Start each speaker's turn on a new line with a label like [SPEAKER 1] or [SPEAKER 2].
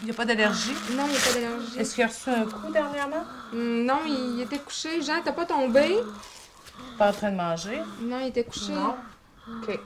[SPEAKER 1] Il n'y a pas d'allergie.
[SPEAKER 2] Non, il n'y a pas d'allergie.
[SPEAKER 1] Est-ce qu'il a reçu un coup dernièrement?
[SPEAKER 2] Hum, Non, il était couché. Jean, t'as pas tombé?
[SPEAKER 1] Pas en train de manger?
[SPEAKER 2] Non, il était couché.
[SPEAKER 1] Non.
[SPEAKER 2] OK.